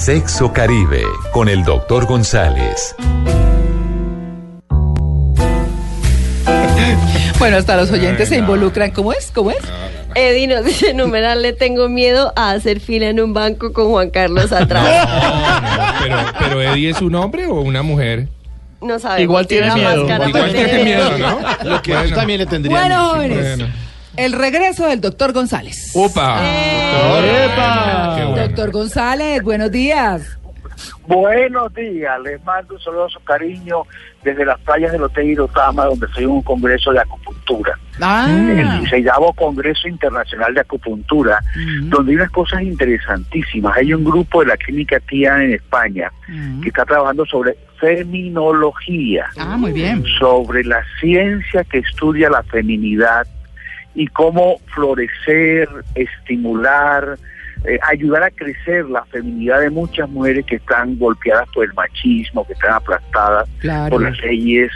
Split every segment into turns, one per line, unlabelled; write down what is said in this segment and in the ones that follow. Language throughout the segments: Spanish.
Sexo Caribe con el doctor González.
Bueno, hasta los oyentes se involucran. ¿Cómo es? ¿Cómo es?
Eddie nos Eh, dice, numeral, le tengo miedo a hacer fila en un banco con Juan Carlos atrás.
pero, pero Eddie es un hombre o una mujer.
No sabemos.
Igual tiene
una
miedo.
máscara,
Igual
pero
tiene miedo, ¿no?
Lo que
Bueno.
yo también le tendría.
Bueno,
miedo.
jóvenes.
Bueno.
El regreso del doctor González.
Opa.
Eh.
Bueno, qué bueno.
Doctor González, buenos días.
Buenos días, les mando un saludo a su cariño desde las playas del Hotel Irotama, donde estoy en un congreso de acupuntura.
Ah,
El se llama Congreso Internacional de Acupuntura, donde hay unas cosas interesantísimas. Hay un grupo de la clínica TIA en España que está trabajando sobre feminología,
ah muy bien.
sobre la ciencia que estudia la feminidad y cómo florecer, estimular, eh, ayudar a crecer la feminidad de muchas mujeres que están golpeadas por el machismo, que están aplastadas
Claro.
por las leyes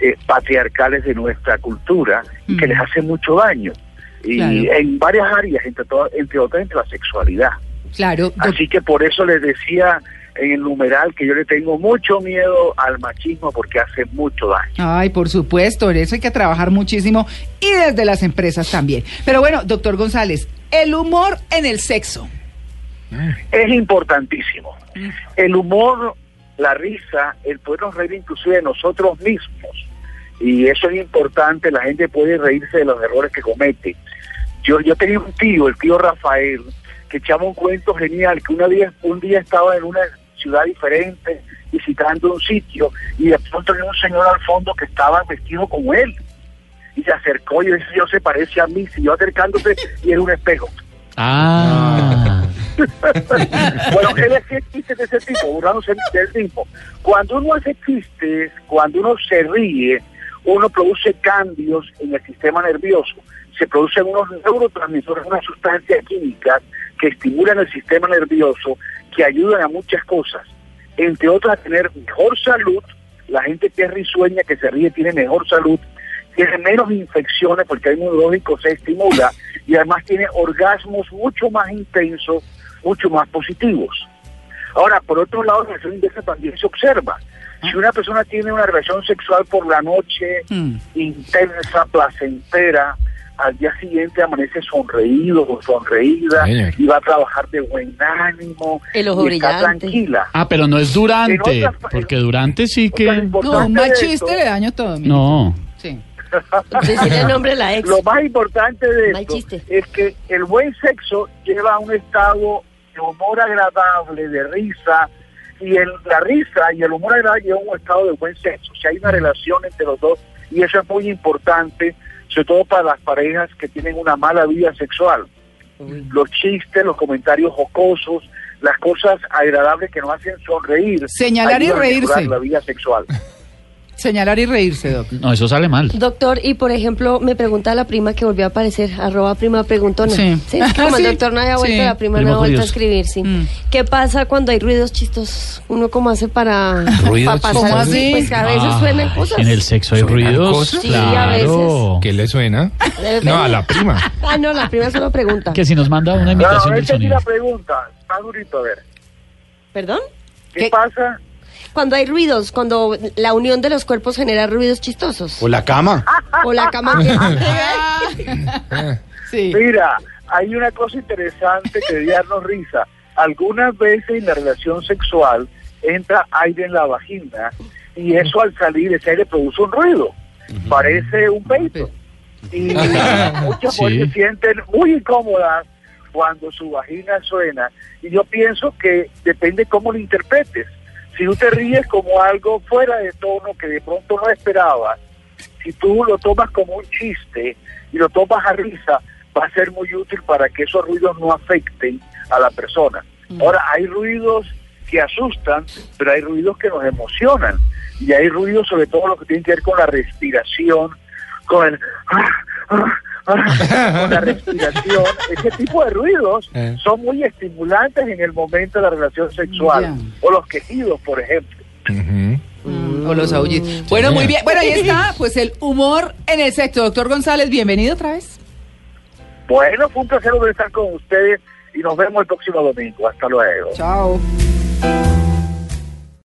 eh, patriarcales de nuestra cultura y que
Mm.
les hace mucho daño. Y
Claro.
en varias áreas, entre, todas- entre otras, entre la sexualidad.
Claro, doc-
Así que por eso les decía en el numeral que yo le tengo mucho miedo al machismo porque hace mucho daño.
Ay, por supuesto, en eso hay que trabajar muchísimo y desde las empresas también. Pero bueno, doctor González, el humor en el sexo.
es importantísimo. El humor, la risa, el podernos reír inclusive de nosotros mismos. Y eso es importante, la gente puede reírse de los errores que comete. Yo, yo tenía un tío, el tío Rafael, que echaba un cuento genial, que una día, un día estaba en una ciudad diferente, visitando un sitio, y de pronto había un señor al fondo que estaba vestido como él. Y se acercó y dice, yo se parece a mí, siguió acercándose y era un espejo.
Ah.
Bueno, él hacía chistes de ese tipo, burlándose del mismo. Cuando uno hace chistes, cuando uno se ríe, uno produce cambios en el sistema nervioso. Se producen unos neurotransmisores, unas sustancias químicas que estimulan el sistema nervioso, que ayudan a muchas cosas. Entre otras, a tener mejor salud. La gente que es risueña, que se ríe, tiene mejor salud. Tiene menos infecciones porque hay inmunológico, se estimula. Y además tiene orgasmos mucho más intensos mucho más positivos. Ahora, por otro lado, la relación inversa también se observa. Si una persona tiene una relación sexual por la noche
Mm.
intensa, placentera, al día siguiente amanece sonreído o sonreída
Señor.
y va a trabajar de buen ánimo
El ojo
y está
brillante.
tranquila.
Ah, pero no es durante.
En otras pa-
Porque durante sí
O sea, lo
que.
No,
importante
un
de
mal
esto-
chiste le daño todo. mire.
No.
Sí.
Decirle el nombre a la ex.
Lo más importante de
Mal
esto
chiste.
es que el buen sexo lleva a un estado de humor agradable, de risa, y el- la risa y el humor agradable lleva a un estado de buen sexo. O sea, hay una relación entre los dos y eso es muy importante, sobre todo para las parejas que tienen una mala vida sexual. Los chistes, los comentarios jocosos, las cosas agradables que nos hacen sonreír.
Señalar y
ayudan a mejorar
reírse.
La vida sexual.
Señalar y reírse, doc.
No, eso sale mal.
Doctor, y por ejemplo, me pregunta la prima que volvió a aparecer, arroba prima preguntona.
Sí.
es que como
Sí.
el doctor no había vuelto,
Sí.
la prima,
Prima
no ha vuelto a
curiosa.
escribir, sí.
Mm.
¿Qué pasa cuando hay ruidos chistosos? ¿Uno cómo hace para,
¿Ruidos
para
¿Cómo
pasar?
así?
Pues a veces
Ah,
suenan cosas.
En el sexo hay
¿Suenan
ruidos.
cosas?
Sí, a veces.
Claro.
¿Qué le suena?
Debe-
No, a la prima.
Ah, no, la prima solo pregunta.
Que si nos manda una
Claro,
imitación del
esa es
sonido.
la pregunta. Está durito, a ver.
¿Perdón?
¿Qué?
¿Qué? pasa?
Cuando hay ruidos, cuando la unión de los cuerpos genera ruidos chistosos.
la cama.
O la cama que...
Sí.
Mira, hay una cosa interesante que debe darnos risa. Algunas veces en la relación sexual entra aire en la vagina y eso al salir ese aire produce un ruido. Parece un peito. Y muchas
Sí.
mujeres se sienten muy incómodas cuando su vagina suena. Y yo pienso que depende cómo lo interpretes. Si tú te ríes como algo fuera de tono que de pronto no esperabas, si tú lo tomas como un chiste y lo tomas a risa, va a ser muy útil para que esos ruidos no afecten a la persona. Ahora, hay ruidos que asustan, pero hay ruidos que nos emocionan. Y hay ruidos sobre todo lo que tiene que ver con la respiración, con el... ah, con la respiración. Ese tipo de ruidos
Eh.
son muy estimulantes en el momento de la relación sexual.
Ya.
O los quejidos, por ejemplo.
Ujú.
O los aullidos. Bueno, muy bien. Bueno, ahí está, pues el humor en el sexo. Doctor González, bienvenido otra vez.
Bueno, fue un placer volver a estar con ustedes y nos vemos el próximo domingo. Hasta luego.
Chao.